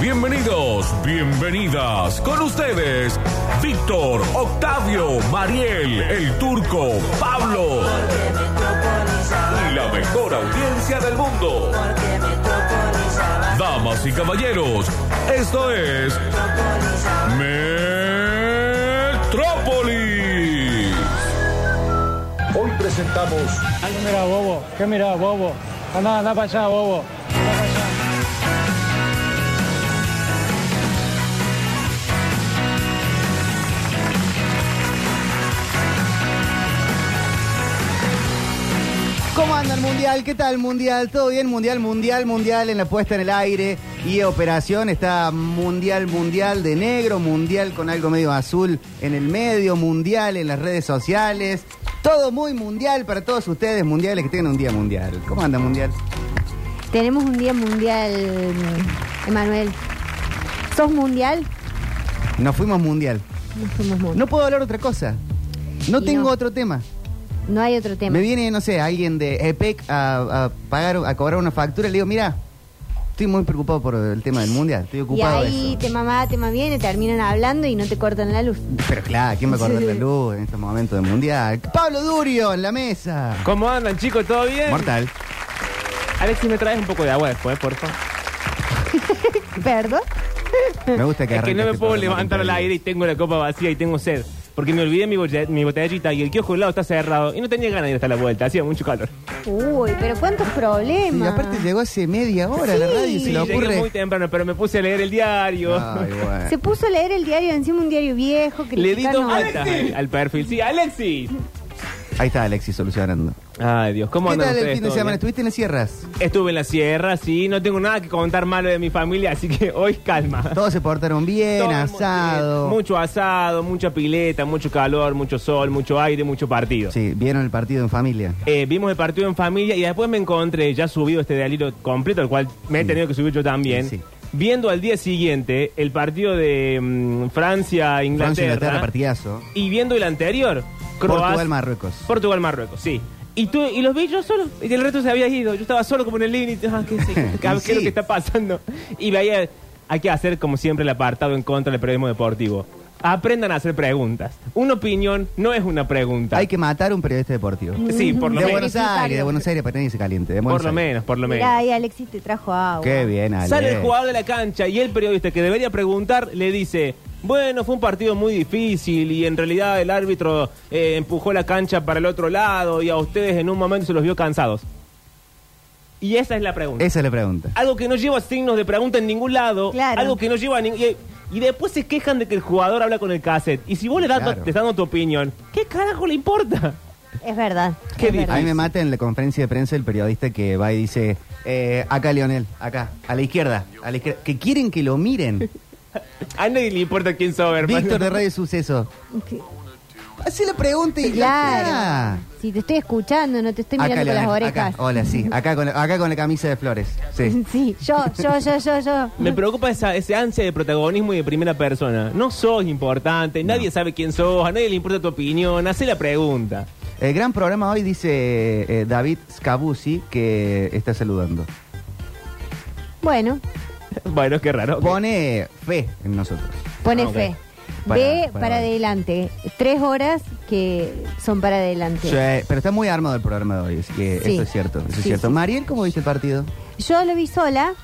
bienvenidos, bienvenidas. Con ustedes, Víctor, Octavio, Mariel, el turco, Pablo. Y la mejor audiencia del mundo. Damas y caballeros, esto es Metrópolis. Hoy presentamos Ay, mira, bobo, que mira, bobo. Anda, anda para allá, bobo. ¿Cómo anda el mundial? ¿Qué tal mundial? ¿Todo bien? Mundial, mundial, mundial en la puesta en el aire y operación. Está mundial, mundial de negro, mundial con algo medio azul en el medio, mundial en las redes sociales. Todo muy mundial para todos ustedes, mundiales que tengan un día mundial. ¿Cómo anda mundial? Tenemos un día mundial, Emanuel. ¿Sos mundial? Nos fuimos mundial. No somos mundial. No puedo hablar otra cosa. No Y tengo no. otro tema. No hay otro tema. Me viene, no sé, alguien de E EPEC a, a pagar, a cobrar una factura y le digo, mira, estoy muy preocupado por el tema del mundial, estoy y ocupado de ahí eso". tema va, tema viene, terminan hablando y no te cortan la luz. Pero claro, ¿quién va a cortar la luz en estos momentos del mundial? Pablo Durio en la mesa. ¿Cómo andan, chicos? ¿Todo bien? Mortal. Alexis, me traes un poco de agua después, por favor. ¿Perdón? Me gusta que Es que arranque no me este puedo programa levantar con al todo. aire y tengo la copa vacía y tengo sed. Porque me olvidé mi, bolle- mi botellita y el kiosco del lado está cerrado. Y no tenía ganas de ir hasta la vuelta, hacía mucho calor. Uy, pero cuántos problemas. Y aparte llegó hace media hora a la Sí. radio y se Sí, le llegué muy ocurre. temprano, pero me puse a leer el diario. Ay, bueno. Se puso a leer el diario, encima un diario viejo, Le di dos criticando- vueltas al, al perfil. Sí, Alexis. Ahí está Alexis solucionando. Ay, Dios, ¿cómo ¿Qué andan tal el ustedes? fin de ¿Todo semana? bien? ¿Estuviste en las sierras? Estuve en la sierra, sí, no tengo nada que contar malo de mi familia, así que hoy calma. Todos se portaron bien, Todo el mundo- asado. Mucho asado, mucha pileta, mucho calor, mucho sol, mucho aire, mucho partido. Sí, vieron el partido en familia. Eh, vimos el partido en familia y después me encontré, ya subido este delirio completo, el cual me he Sí. tenido que subir yo también. Sí. Viendo al día siguiente el partido de mm, Francia, Francia-Inglaterra. Inglaterra, partidazo. y viendo el anterior, Croacia- Portugal-Marruecos. Portugal-Marruecos, sí. Y, tú, y los vi yo solo. Y el resto se había ido. Yo estaba solo como en el living. Y, ah, ¿qué, sé, qué- qué Y es sí. lo que está pasando? Y veía, hay que hacer como siempre el apartado en contra del periodismo deportivo. Aprendan a hacer preguntas. Una opinión no es una pregunta. Hay que matar a un periodista deportivo. Sí, por lo de menos. Buenos Aires, de Buenos Aires, para que nadie se caliente. de Buenos Por lo Aires. menos, por lo Mirá, menos. ahí Alexis te trajo agua. Qué bien, Ale. Sale el jugador de la cancha y el periodista que debería preguntar le dice, bueno, fue un partido muy difícil y en realidad el árbitro eh, empujó la cancha para el otro lado y a ustedes en un momento se los vio cansados. Y esa es la pregunta. Esa es la pregunta. Algo que no lleva signos de pregunta en ningún lado. Claro. Algo que no lleva a ningún... Y, y después se quejan de que el jugador habla con el cassette. Y si vos le das, Claro. te estás dando tu opinión, ¿qué carajo le importa? Es verdad. Qué es bien. A verdad. mí me mata en la conferencia de prensa el periodista que va y dice, eh, acá Leonel, acá, a la izquierda, a la izquierda, que quieren que lo miren. A nadie le importa quién sos, hermano. Víctor de Radio Suceso. Sí. Así la pregunta y Claro. Si te estoy escuchando, no te estoy Acá, mirando con las Leonel, orejas. acá, hola, sí, acá con, la- acá con la camisa de flores, sí. Sí, yo, yo, yo, yo, yo. Me preocupa esa, ese ansia de protagonismo y de primera persona. No sos importante, nadie sabe quién sos, a nadie le importa tu opinión, hace la pregunta. El gran programa hoy dice eh, David Scabuzzi que está saludando. Bueno, Bueno, qué raro. ok. Pone fe en nosotros. pone Ah, ok. fe. Para- Ve para para, hoy. adelante. Tres horas que son para adelante. Sí, eh, pero está muy armado el programa de hoy, así que Sí. eso es cierto, eso es Sí, cierto. sí. Mariel, ¿cómo viste el partido? Yo lo vi sola,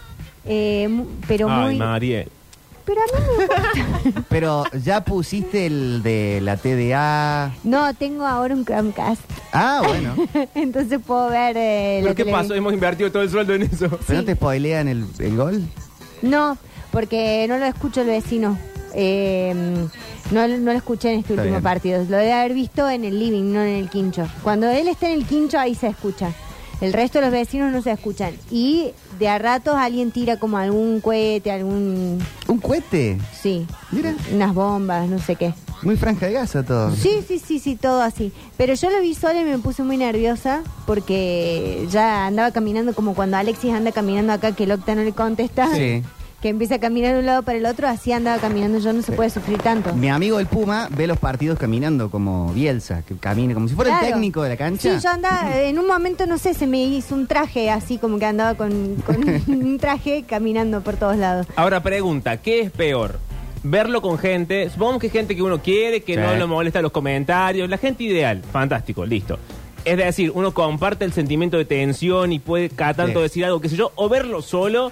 eh, mu- pero Ay, muy. María. Pero a mí no me gusta. Pero ya pusiste el de la TDA. No, tengo ahora un Chromecast. Ah, bueno. Entonces puedo ver. eh, ¿Pero la qué televisión. pasó? Hemos invertido todo el sueldo en eso. ¿Pero no Sí. te spoilean el, el gol? No, porque no lo escucho el vecino. Eh, no, no lo escuché en este Está último bien. partido. Lo debe haber visto en el living, no en el quincho. Cuando él está en el quincho, ahí se escucha. El resto de los vecinos no se escuchan. Y de a ratos alguien tira como algún cohete, algún. ¿Un cohete? Sí. Mira. Unas bombas, no sé qué. Muy franja de gasa todo. Sí, sí, sí, sí, todo así. Pero yo lo vi sola y me puse muy nerviosa porque ya andaba caminando como cuando Alexis anda caminando acá que el Octa no le contesta. Sí. que empieza a caminar de un lado para el otro, así andaba caminando yo, no se puede sufrir tanto. Mi amigo el Puma ve los partidos caminando como Bielsa, que camina como si fuera el Claro. técnico de la cancha. Sí, yo andaba, en un momento, no sé, se me hizo un traje así, como que andaba con, con un traje caminando por todos lados. Ahora pregunta, ¿qué es peor? Verlo con gente, supongamos que es gente que uno quiere, que Sí. no lo molesta los comentarios, la gente ideal, fantástico, listo. Es decir, uno comparte el sentimiento de tensión y puede cada tanto Sí. decir algo, qué sé yo, o verlo solo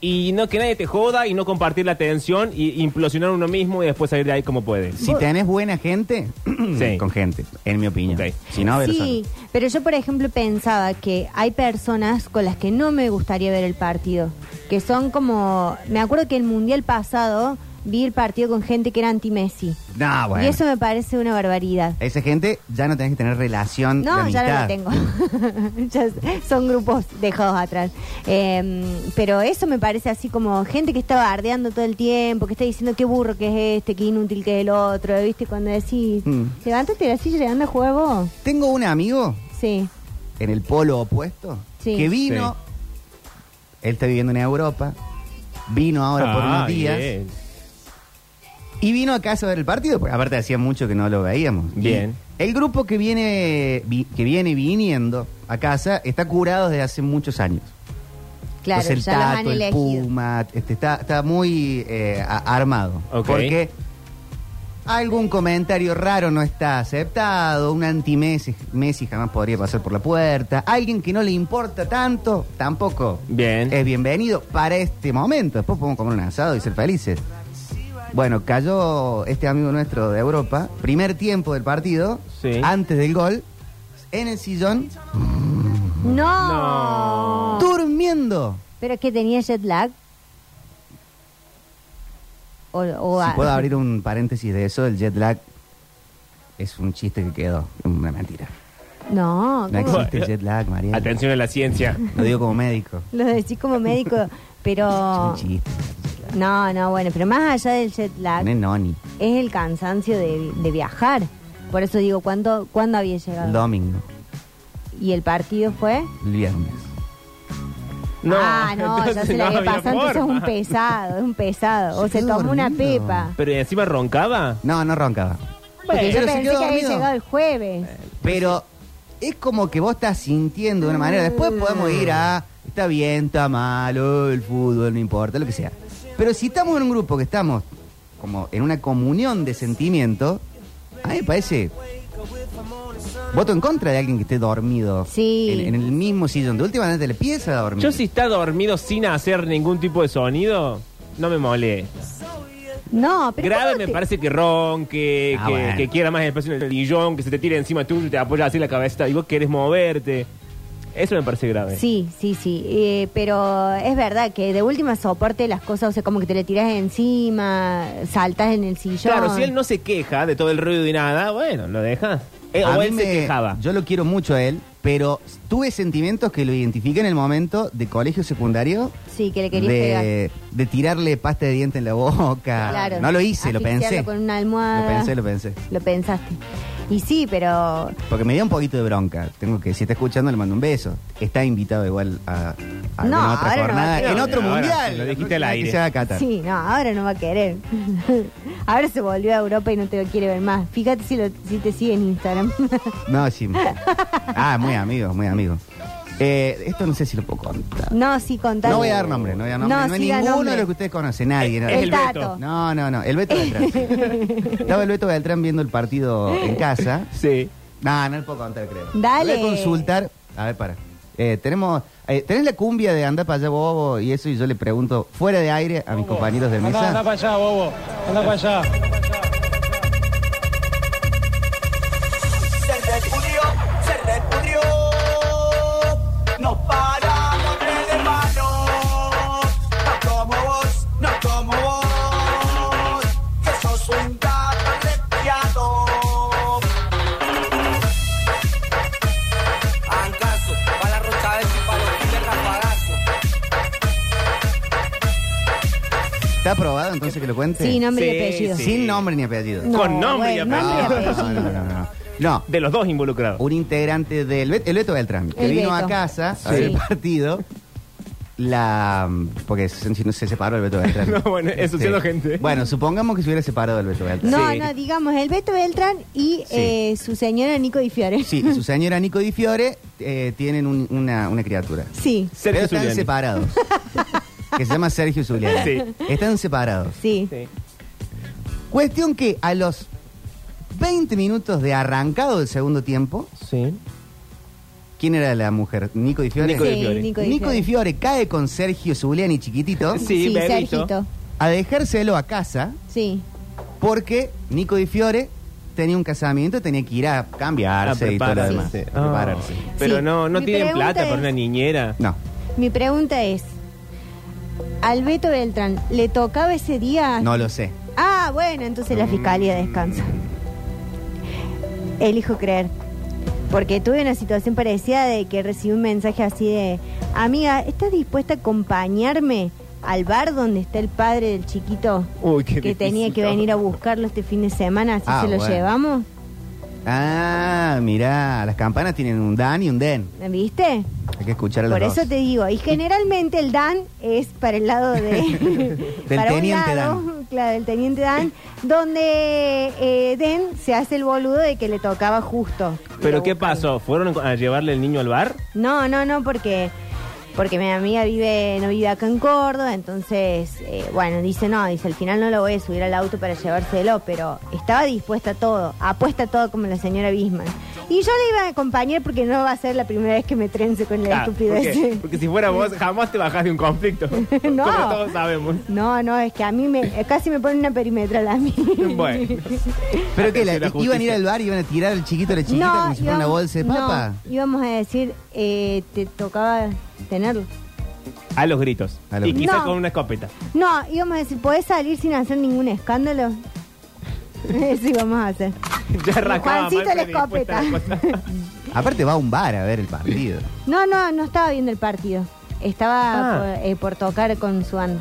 y no que nadie te joda y no compartir la tensión y implosionar uno mismo y después salir de ahí como puede. Si tenés buena gente, Sí. con gente, en mi opinión. Ok. Si no, a ver, Sí, pero yo, por ejemplo, pensaba que hay personas con las que no me gustaría ver el partido, que son como... Me acuerdo que el Mundial pasado vi el partido con gente que era anti-Messi. No, bueno. Y eso me parece una barbaridad. Esa gente ya no tenés que tener relación de No, ya no amistad. la tengo. Ya s- son grupos dejados atrás. Eh, pero eso me parece así como gente que está bardeando todo el tiempo, que está diciendo qué burro que es este, qué inútil que es el otro. ¿Viste? Cuando decís, Mm. levántate de la silla y anda a jugar vos. Tengo un amigo Sí. en el polo opuesto Sí. que vino. Él está viviendo en Europa. Vino ahora por Ah, unos días. bien. Y vino a casa a ver el partido, porque aparte hacía mucho que no lo veíamos. Bien. Y el grupo que viene, vi- que viene viniendo a casa está curado desde hace muchos años. Claro, Entonces, Pues el ya los han Tato, el elegido. Puma, este, está, está muy eh, a- armado. Ok. Porque algún comentario raro no está aceptado, un anti-Messi Messi jamás podría pasar por la puerta, alguien que no le importa tanto, tampoco Bien. es bienvenido para este momento. Después podemos comer un asado y ser felices. Bueno, cayó este amigo nuestro de Europa, primer tiempo del partido, Sí. antes del gol, en el sillón, No. durmiendo. Pero es que tenía jet lag. O, o Si a- puedo abrir un paréntesis de eso, el jet lag es un chiste que quedó, una mentira. No, No ¿cómo? existe el jet lag, María. Atención a la ciencia. Lo digo como médico. lo decís como médico, pero... Es un chiste. No, no, bueno, pero más allá del jet lag, No es es noni. el cansancio de, de viajar. Por eso digo, ¿cuándo, ¿cuándo había El llegado? domingo, ¿Y el partido fue? el viernes. ah, no, ya entonces se le había había pasado, entonces es un forma. pesado, es un pesado. O Se se quedó tomó una dormido. pepa. Pero encima roncaba. No, no roncaba. Porque yo Pero se pensé quedó que había dormido. llegado el jueves. Pero es como que vos estás sintiendo de una manera. Después podemos ir a. Está bien, está malo, el fútbol, no importa, lo que sea. Pero si estamos en un grupo que estamos como en una comunión de sentimientos, a mí me parece. Voto en contra de alguien que esté dormido. Sí. En, en el mismo sillón. De última vez te le pides a dormir. Yo si está dormido sin hacer ningún tipo de sonido, no me mole. No, pero... Grave ¿cómo me te- parece que ronque, Ah, que, bueno. que quiera más espacio en el sillón, que se te tire encima tú y te apoya así la cabeza y vos querés moverte. Eso me parece grave. Sí, sí, sí. Eh, pero es verdad que de última soporte las cosas, o sea, como que te le tiras encima, saltas en el sillón. Claro, si él no se queja de todo el ruido y nada, bueno, lo deja. Eh, A o mí él se me- quejaba. Yo lo quiero mucho a él, pero tuve sentimientos que lo identifiqué en el momento de colegio secundario. Sí, que le querías de, de tirarle pasta de diente en la boca. Claro. No lo hice, lo Asfixiarlo pensé. con una almohada. Lo pensé, lo pensé. Lo pensaste. Y sí, pero Porque me dio un poquito de bronca. Tengo que, si está escuchando, le mando un beso. Está invitado igual a, a alguna otra No, ahora no va a jornada. quedar. en otro Ahora, mundial. se lo La dijiste próxima al vez aire. Que se va a Qatar. sí, no, ahora no va a querer. ahora se volvió a Europa y no te lo quiere ver más. Fíjate si, lo- si te sigue en Instagram. No, sí. ah, muy amigo, muy amigo. Eh, esto no sé si lo puedo contar. no, sí, contame. No voy a dar nombre, no voy a dar nombre. No, es sí da ninguno de nombre. los que ustedes conocen, nadie. nadie. El, el Beto. tato. No, no, no. El Beto Beltrán. Estaba el Beto Beltrán viendo el partido en casa. Sí. No, no le puedo contar, creo. Dale. Voy a consultar. A ver, para. Eh, tenemos. eh, ¿Tenés la cumbia de andar para allá, bobo? Y eso, y yo le pregunto fuera de aire a mis compañeros de Andá, andá mesa. para allá, bobo. Andá para allá. se repudrió, se repudrió. No paramos de hermanos, no como vos, no como vos, que sos un gato arrepiado. Hagan caso, para la rocha de para los pibes rafagazos. ¿Está aprobado entonces que lo cuente? Sí, nombre y Sí, apellido. sí. Sin nombre ni apellido. Ah, No, Con nombre y bueno, nombre y apellido. no, apellido. no, no, no. No, De los dos involucrados. un integrante del Bet- el Beto Beltrán, que El vino Beto. a casa a ver Sí. el partido. la. Porque se, si no se separó el Beto Beltrán. Este, No, bueno, eso siendo gente. Bueno, supongamos que se hubiera separado el Beto Beltrán. No, Sí. no, digamos, el Beto Beltrán y Sí. eh, su señora Nico Di Fiore. Sí, y su señora Nico Di Fiore eh, tienen un- una, una criatura. Sí, Sergio Pero están Zuliani. separados. que se llama Sergio Zuliani. Sí. Están separados. sí. Sí. Cuestión que a los 20 minutos de arrancado del segundo tiempo, Sí. ¿quién era la mujer? Nico Di Fiore. Nico Di Sí, Fiore. Nico Di Nico Fiore. Di Fiore cae con Sergio Zuliani chiquitito Sí, sí bebito. Sergito. a dejárselo a casa Sí. porque Nico Di Fiore tenía un casamiento, tenía que ir a cambiarse y todo lo demás. prepararse. a prepararse. Ah, Pero Sí. no, no Mi tienen pregunta plata para es- una niñera. No. Mi pregunta es, ¿al Beto Beltrán le tocaba ese día? No lo sé. Ah, bueno, entonces la fiscalía descansa. Elijo creer. Porque tuve una situación parecida de que recibí un mensaje así de, amiga, ¿estás dispuesta a acompañarme al bar donde está el padre del chiquito Uy, qué que difícil, tenía que ¿no? venir a buscarlo este fin de semana? Así Ah, se lo bueno. llevamos. Ah, mirá, las campanas tienen un dan y un den. ¿Viste? Hay que escuchar a los Por eso dos. te digo, y generalmente el Dan es para el lado de... para un teniente lado, Claro, del teniente Dan, donde eh, Den se hace el boludo de que le tocaba justo. ¿Pero Lo qué buscan. pasó? ¿Fueron a llevarle el niño al bar? No, no, no, porque porque mi amiga vive no vive acá en Córdoba, entonces, eh, bueno, dice no, dice al final no lo voy a subir al auto para llevárselo, pero estaba dispuesta a todo, apuesta a todo como la señora Bisman. Y yo le iba a acompañar porque no va a ser la primera vez que me trence con la Ah, estupidez. porque, porque si fuera vos, jamás te bajás de un conflicto. No. Como todos sabemos. No, no, es que a mí me, eh, casi me ponen una perimetral a mí. Bueno. ¿Pero qué? la- Atención a la ¿Iban a ir justicia. al bar y iban a tirar al chiquito a la chiquita como si fuera una íbamos- bolsa de no, papa? íbamos a decir, eh, te tocaba tenerlo. A los gritos. A los y gritos. quizás No. con una escopeta. No, íbamos a decir, ¿podés salir sin hacer ningún escándalo? Eso íbamos a hacer. Ya arrancaba Juancito mal pues, la predispuesta escopeta. la cosa. Aparte va a un bar a ver el partido. No, no, no estaba viendo el partido. Estaba Ah. por, eh, por tocar con su banda.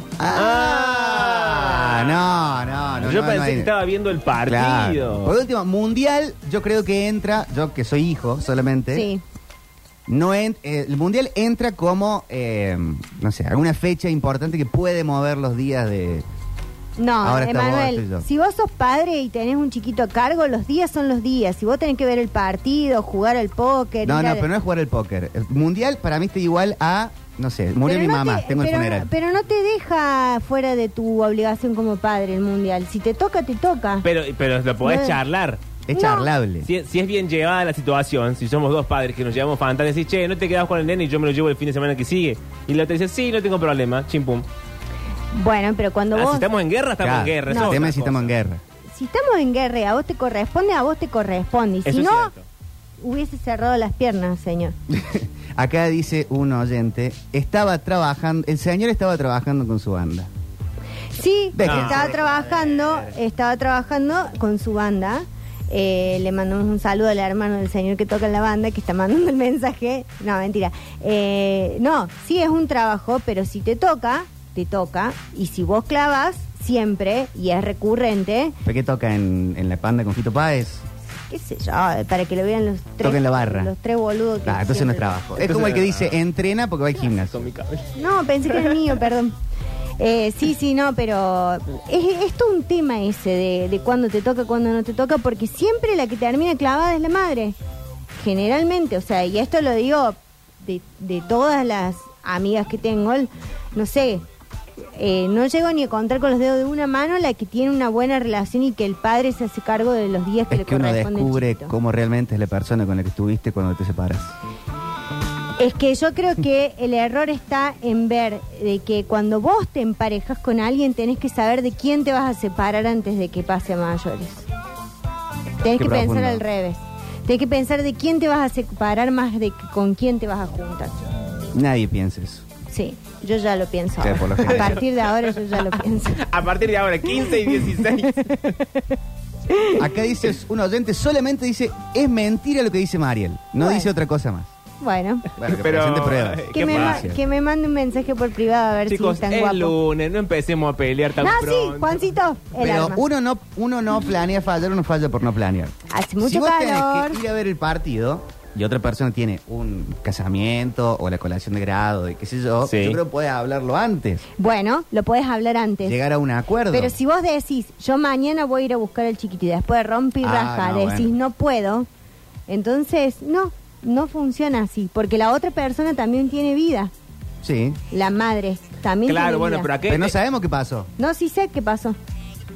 Ah, no, no, no. Yo no, pensé no hay- que estaba viendo el Claro. partido. Por último, mundial, yo creo que entra, yo que soy hijo solamente, Sí, no en- eh, el mundial entra como, eh, no sé, alguna fecha importante que puede mover los días de... no, Ahora estamos, Emanuel, estoy yo. si vos sos padre y tenés un chiquito a cargo, los días son los días. Si vos tenés que ver el partido, jugar al póker, No, ir no, al- pero no es jugar el póker. El mundial para mí está igual a, no sé, murió Pero mi no mamá, te- tengo el pero, funeral. Pero no te deja fuera de tu obligación como padre el mundial. Si te toca, te toca. Pero, pero lo podés No. charlar. es no. charlable. Si, si es bien llevada la situación, si somos dos padres que nos llevamos fantasmas, decís, che, no te quedas con el nene y yo me lo llevo el fin de semana que sigue. Y la otra dice, sí, no tengo problema, chimpum. bueno, pero cuando Ah, si vos. estamos en guerra, estamos Claro, en guerra. el eso es tema otra es si estamos en cosa. guerra. si estamos en guerra, y a vos te corresponde, a vos te corresponde. Y si Eso es no, cierto. hubiese cerrado las piernas, señor. Acá dice un oyente, estaba trabajando, el señor estaba trabajando con su banda. Sí, Dejen. estaba trabajando, Eh. estaba trabajando con su banda. Eh, le mandamos un saludo al hermano del señor que toca en la banda, que está mandando el mensaje. No, mentira. Eh, no, sí es un trabajo, pero si te toca, te toca. Y si vos clavas, siempre, y es recurrente, ¿Pero qué toca en, en la banda con Fito Páez? qué sé yo, para que lo vean los tres. Toca en la barra. Los tres boludos que Ah, entonces no es siempre- trabajo. Es como el que dice, entrena porque va al gimnasio. Con mi cabeza. No, pensé que era el mío, perdón. Eh, sí, sí, no, pero es, es todo un tema ese de, de cuándo te toca, cuándo no te toca, porque siempre la que termina clavada es la madre. Generalmente, o sea, y esto lo digo de, de todas las amigas que tengo, el- no sé, eh, no llego ni a contar con los dedos de una mano la que tiene una buena relación y que el padre se hace cargo de los días que Es le que uno corresponden. al descubre chiquito. cómo realmente es la persona con la que estuviste cuando te separas. Es que yo creo que el error está en ver de que cuando vos te emparejas con alguien tenés que saber de quién te vas a separar antes de que pase a mayores. Tenés Qué que pensar profundo. al revés. Tenés que pensar de quién te vas a separar más de que con quién te vas a juntar. Nadie piensa eso. Sí, yo ya lo pienso. Sí, ahora. por lo a general. partir de ahora yo ya lo pienso. A partir de ahora, 15 y 16. Acá dice un oyente, solamente dice, es mentira lo que dice Mariel. No Bueno. dice otra cosa más. Bueno, Bueno, que Pero- eh, presente pruebas. ¿Qué que me, ma- pasa? que me mande un mensaje por privado a ver Chicos, si es tan es guapo. lunes, no empecemos a pelear tan no, pronto. sí, Juancito, el Pero arma. uno no, uno no planea fallar, uno falla por no planear. Hace mucho si vos tenés calor. que ir a ver el partido, y otra persona tiene un casamiento o la colación de grado, de qué sé yo, Sí. yo creo que puedes hablarlo antes, Bueno, lo podés hablar antes. llegar a un acuerdo. Pero si vos decís, yo mañana voy a ir a buscar al chiquito y después de rompe y Ah, raja, no, decís bueno. no puedo, entonces no, no funciona así, porque la otra persona también tiene vida, Sí. la madre también Claro, tiene bueno, vida. pero aquí. Pero no sabemos qué pasó. No, sí sé qué pasó.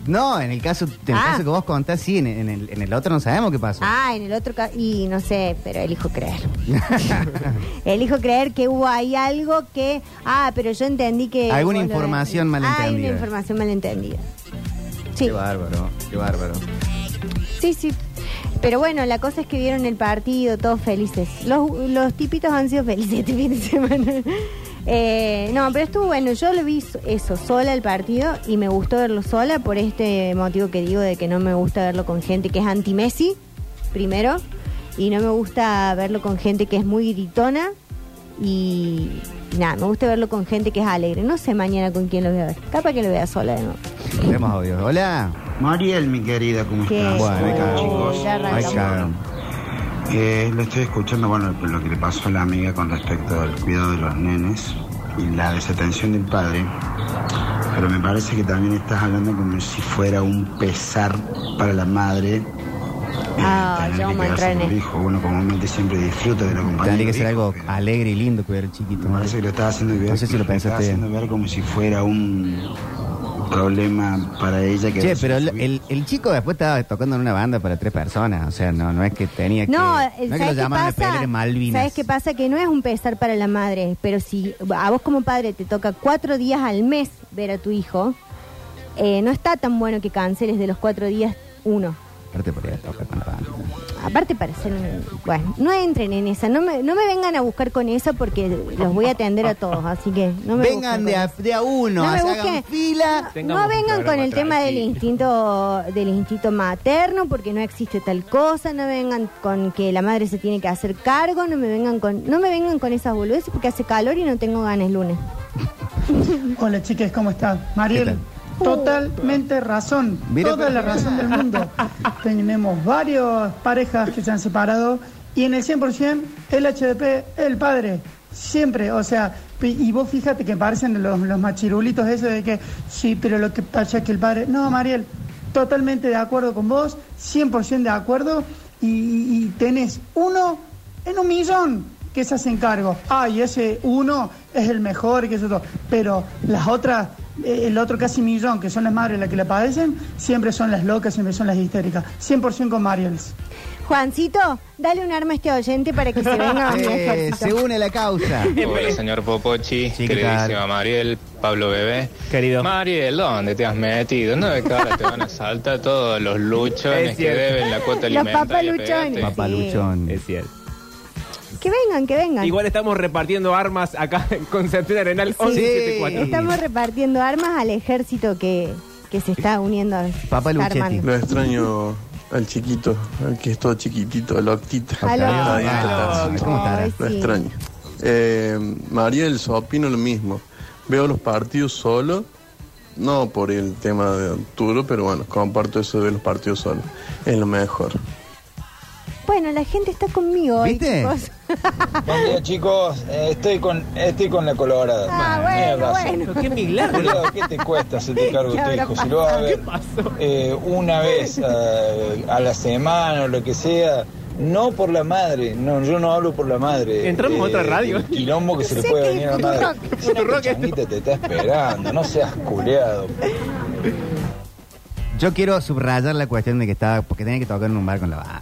No, en el caso, en el Ah. caso que vos contás, sí, en, en el, en el otro no sabemos qué pasó. Ah, en el otro caso, y no sé, pero elijo creer. elijo creer que hubo ahí algo que, ah, pero yo entendí que... Alguna vos lo información decís. Ah, Hay malentendida. una información malentendida. Sí. Qué bárbaro, qué bárbaro. Sí, sí. Pero bueno, la cosa es que vieron el partido, todos felices. Los, los tipitos han sido felices este fin de semana. Eh, no, pero estuvo bueno. Yo lo vi so- eso, sola el partido, y me gustó verlo sola por este motivo que digo de que no me gusta verlo con gente que es anti-Messi, primero, y no me gusta verlo con gente que es muy gritona, y nada, me gusta verlo con gente que es alegre. No sé mañana con quién lo voy a ver. Capaz que lo vea sola de nuevo. Tenemos audio. Hola. Mariel, mi querida, ¿cómo ¿Qué? estás? Bueno, ahí Hola, cagaron. chicos. Ya arrancamos. Ahí cagaron. Eh, le estoy escuchando, bueno, lo que le pasó a la amiga con respecto al cuidado de los nenes y la desatención del padre. Pero me parece que también estás hablando como si fuera un pesar para la madre. eh, Ah, tener ya que vamos a entrar quedarse en con el esto. hijo. Uno comúnmente siempre disfruta de la compañía. Tendría que del ser hijo, algo pero- alegre y lindo cuidar al chiquito. me parece que lo estás haciendo ver, No sé si lo estás pensaste bien. haciendo ver como si fuera un problema para ella que Che, pero el, el- el chico después estaba tocando en una banda para tres personas. O sea, no, no es que tenía que. No, es que el- lo ¿sabes qué llamaron a pasa? pelear en Malvinas. ¿Sabes qué pasa? Que no es un pesar para la madre, pero si a vos como padre te toca cuatro días al mes ver a tu hijo, eh, no está tan bueno que canceles de los cuatro días uno. Aparte, por ahí toca con la banda. Aparte para ser un... Bueno, no entren en esa, no me, no me vengan a buscar con eso porque los voy a atender a todos, así que no me busquen Vengan de con a, eso. de a uno, No me hagan busquen. fila. Tengamos no un vengan con programa el tema del tranquilo. instinto del instinto materno porque no existe tal cosa, no vengan con que la madre se tiene que hacer cargo, no me vengan con no me vengan con esas boludeces porque hace calor y no tengo ganas el lunes. Hola chicas, ¿cómo están? ¿Qué Uh. Mariel, totalmente razón, Mira, toda la pero- razón del mundo. Tenemos varias parejas que se han separado y en el 100% el HDP, el padre, siempre, o sea, pi- y vos fíjate que parecen los, los machirulitos esos de que, sí, pero lo que pasa es que el padre, no, Mariel, totalmente de acuerdo con vos, 100% de acuerdo y, y- y tenés uno en un millón que se hacen cargo. Ay, ese uno es el mejor, que eso todo. Pero las otras, eh, el otro casi millón, que son las madres las que la padecen, siempre son las locas, siempre son las histéricas. 100% con Mariels. Juancito, dale un arma a este oyente para que se venga a mi Eh, ejército. se une a la causa. Hola, señor Popochi, Sí, ¿qué queridísima tal? Mariel, Pablo Bebé. Querido. Mariel, ¿dónde te has metido? No de cara te van a saltar todos los luchones Es que cierto. deben la cuota Los alimentaria. papaluchones. pegate. Papaluchón. Es cierto. Que vengan, que vengan. Igual estamos repartiendo armas acá en Concepción Arenal Sí. eh, 1174. Estamos repartiendo armas al ejército que, que se está uniendo a Papá Luchetti. Lo extraño al chiquito, al que es todo chiquitito, al octita. Aló. Ahí está. Ah, ¿Cómo estará? Ay, Lo sí. extraño. Eh, Mariel, so- opino lo mismo. Veo los partidos solo, no por el tema de Arturo, pero bueno, comparto eso de ver los partidos solo. Es lo mejor. Bueno, la gente está conmigo hoy, ¿Viste? chicos. Buen día, chicos. Eh, Estoy con, estoy con la colorada. Ah, bueno, bueno. Pero qué milagro. Boludo, ¿Qué te cuesta hacerte cargo ¿Qué de tu habrá hijo? Si lo vas a pasado? ver ¿Qué pasó? eh, una vez eh, a la semana o lo que sea, no por la madre, no, yo no hablo por la madre. eh, Entramos a otra radio. El quilombo que se le Sé puede que venir a la Futuro madre. Rock, Si una Futuro Rock es pichanguita te está esperando, no seas culeado. Yo quiero subrayar la cuestión de que estaba, porque tenía que tocar en un bar con la banda.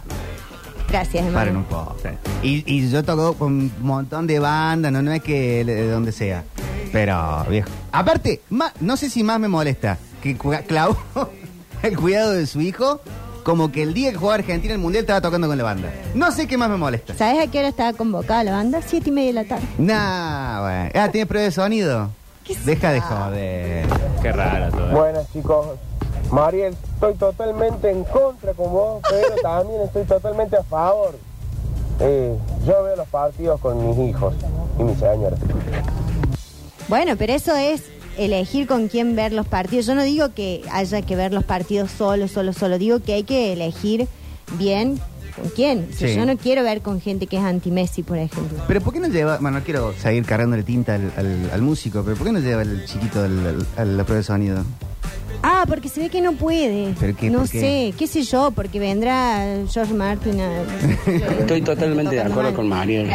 Gracias, Paren un hermano. poco. Y, y yo toco con un montón de bandas, no, no es que de donde sea. Pero, viejo. Aparte, ma- no sé si más me molesta que cu- clavó el cuidado de su hijo como que el día que jugaba Argentina el Mundial estaba tocando con la banda. No sé qué más me molesta. ¿Sabes a qué hora estaba convocada la banda? Siete y media de la tarde. Nah, bueno. Ah, ¿tiene prueba de sonido? ¿Qué Deja de será? joder. Qué raro todo. Buenas chicos, Mariel, estoy totalmente en contra con vos, pero también estoy totalmente a favor. Eh, yo veo los partidos con mis hijos y mis señora. Bueno, pero eso es elegir con quién ver los partidos. Yo no digo que haya que ver los partidos solo, solo, solo. Digo que hay que elegir bien con quién. Si Sí. Yo no quiero ver con gente que es anti-Messi, por ejemplo. Pero ¿por qué no lleva, bueno, no quiero seguir cargándole tinta al, al- al músico, pero ¿por qué no lleva el chiquito al- al- a la prueba de sonido? Ah, porque se ve que no puede. ¿Pero qué? no ¿Por qué? sé, qué sé yo, porque vendrá George Martin a... Estoy totalmente de acuerdo con Mariel.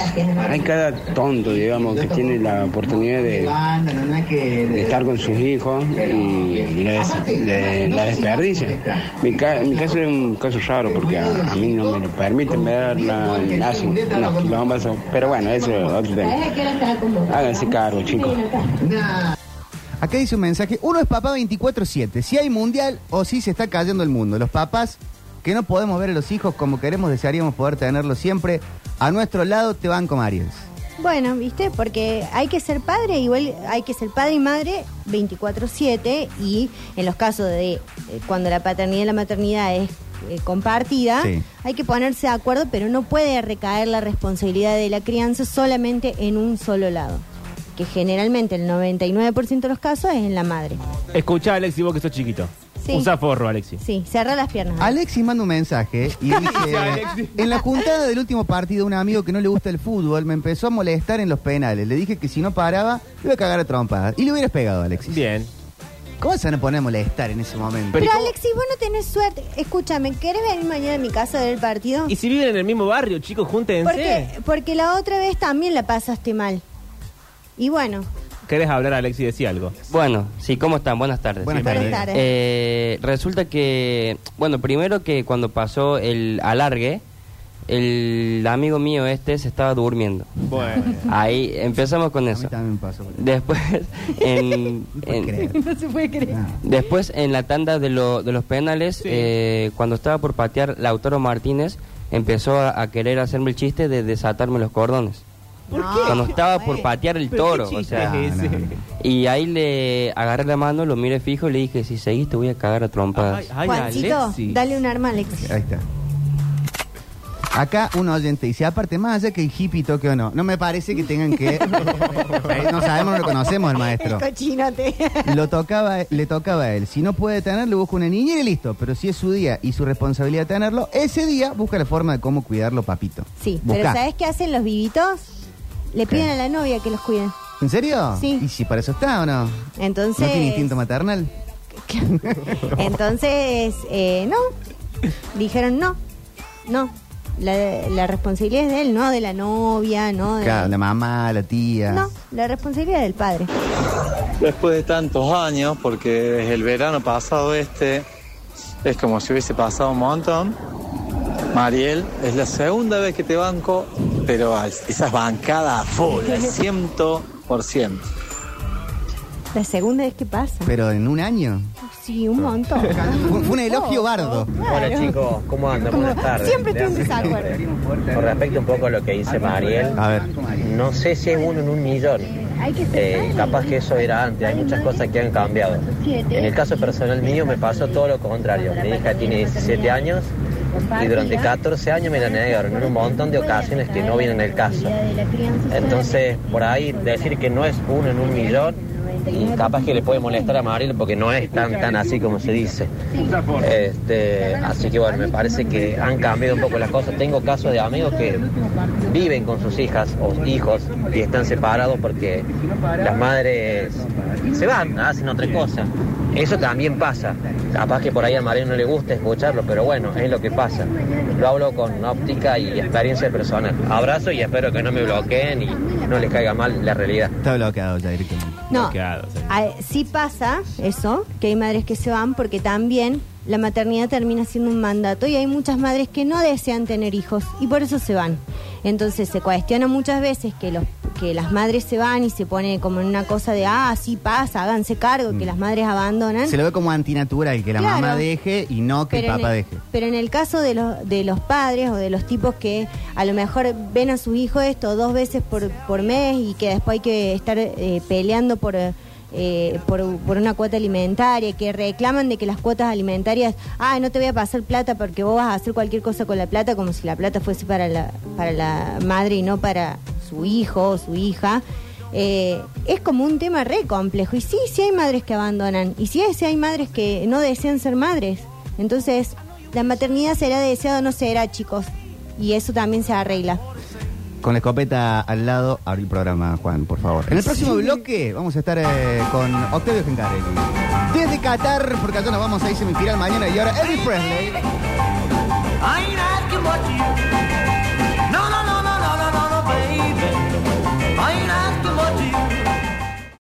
Hay cada tonto, digamos, que tiene la oportunidad de, de estar con sus hijos y la, des- de- la desperdicia. Mi, ca- mi caso es un caso raro porque a, a mí no me lo permiten verla, hacen unos quilombos, pero bueno, eso es otro tema. Háganse cargo, chicos. Acá dice un mensaje, uno es papá 24/7, si hay mundial o si se está cayendo el mundo. Los papás que no podemos ver a los hijos como queremos, desearíamos poder tenerlos siempre. A nuestro lado te banco Mariels. Bueno, ¿viste? Porque hay que ser padre, igual hay que ser padre y madre 24/7 y en los casos de eh, cuando la paternidad y la maternidad es eh, compartida, Sí. hay que ponerse de acuerdo, pero no puede recaer la responsabilidad de la crianza solamente en un solo lado, que generalmente el 99% de los casos es en la madre. Escucha, Alexi, vos que sos chiquito. Sí. Usa forro, Alexi. Sí, cerrar las piernas. Alexis manda un mensaje y dice, Alexis. en la juntada del último partido un amigo que no le gusta el fútbol me empezó a molestar en los penales. Le dije que si no paraba, le iba a cagar a trompadas. Y le hubieras pegado, Alexis. Bien. ¿Cómo se van a poner a molestar en ese momento? Pero, Alexis, vos no tenés suerte. Escúchame, ¿querés venir mañana a mi casa a ver el partido? Y si viven en el mismo barrio, chicos, júntense. Porque, porque la otra vez también la pasaste mal. Y bueno, ¿Querés hablar, Alexi? Decí algo. Bueno, sí, ¿cómo están? Buenas tardes. Buenas tardes. Buenas tardes. Eh, resulta que, bueno, primero que cuando pasó el alargue, el amigo mío este se estaba durmiendo. Bueno. Ahí empezamos con eso. Después, en, en- no se puede creer. después en la tanda de, lo- de los penales, eh, cuando estaba por patear Lautaro Martínez, empezó a, a querer hacerme el chiste de desatarme los cordones. ¿Por qué? Cuando estaba por patear el ¿Pero qué toro, o chiste sea, es ese? y ahí le agarré la mano, lo miré fijo y le dije, si seguís te voy a cagar a trompadas. Juancito, dale un arma a Alexis. Ahí está. Acá un oyente dice, aparte, más allá que el hippie toque o no, no me parece que tengan que... eh, no sabemos, no lo conocemos el maestro. El cochinote. Lo tocaba, le tocaba a él. Si no puede tenerlo, busca una niñera y listo. Pero si es su día y su responsabilidad tenerlo, ese día busca la forma de cómo cuidarlo, papito. Sí, pero Busca. ¿sabes qué hacen los vivitos? Le piden a la novia que los cuide. ¿En serio? Sí. ¿Y si para eso está o no? Entonces, ¿No tiene instinto maternal? entonces eh, no. Dijeron no, no. La, la responsabilidad es de él, no de la novia, no de... Claro, la mamá, la tía. No, la responsabilidad es del padre. Después de tantos años, porque desde el verano pasado este es como si hubiese pasado un montón. Mariel, es la segunda vez que te banco, pero al- esas bancadas a full, al 100%. La segunda vez que pasa. Pero en un año. Sí, un montón. Fue un elogio bardo. Hola chicos, Oh, ¿cómo andan? Buenas tardes. Siempre estoy en Le hablo desacuerdo. mi nombre. Con respecto un poco a lo que dice Mariel, no sé si es uno en un millón. Eh, capaz que eso era antes, hay muchas cosas que han cambiado. En el caso personal mío me pasó todo lo contrario. Mi hija tiene 17 años y durante 14 años me la negaron en un montón de ocasiones que no vienen el caso. Eh, Entonces, por ahí decir que no es uno en un millón, y capaz que le puede molestar a Mariel porque no es tan tan así como se dice. Este, así que bueno, me parece que han cambiado un poco las cosas. Tengo casos de amigos que viven con sus hijas o hijos y están separados porque las madres se van, hacen otra cosa. Eso también pasa. Capaz que por ahí a Mariel no le gusta escucharlo, pero bueno, es lo que pasa. Lo hablo con óptica y experiencia personal. Abrazo y espero que no me bloqueen y no les caiga mal la realidad. Está bloqueado ya directamente. No. Ah, sí pasa eso, que hay madres que se van porque también la maternidad termina siendo un mandato y hay muchas madres que no desean tener hijos y por eso se van. Entonces se cuestiona muchas veces que los que las madres se van y se pone como en una cosa de ah, sí pasa, háganse cargo, que las madres abandonan. Se lo ve como antinatural, que la Claro. mamá deje y no que el en papá el- deje. pero en el caso de los, de los padres o de los tipos que a lo mejor ven a sus hijos esto dos veces por, por mes y que después hay que estar eh, peleando por, eh, por, por una cuota alimentaria, que reclaman de que las cuotas alimentarias, ah, no te voy a pasar plata porque vos vas a hacer cualquier cosa con la plata, como si la plata fuese para la, para la madre y no para su hijo o su hija. Eh, es como un tema re complejo. Y sí, sí hay madres que abandonan. Y sí, sí hay madres que no desean ser madres. Entonces, la maternidad será deseada o no será, chicos. y eso también se arregla. Con la escopeta al lado, abrí el programa, Juan, por favor. En el próximo bloque vamos a estar eh, con Octavio Gencarelli. Desde Qatar, porque allá nos vamos a ir semifinal mañana y ahora Elvis I Presley. ain't asking what you. No, no, no, no, no, no, no, no, baby. I ain't asking what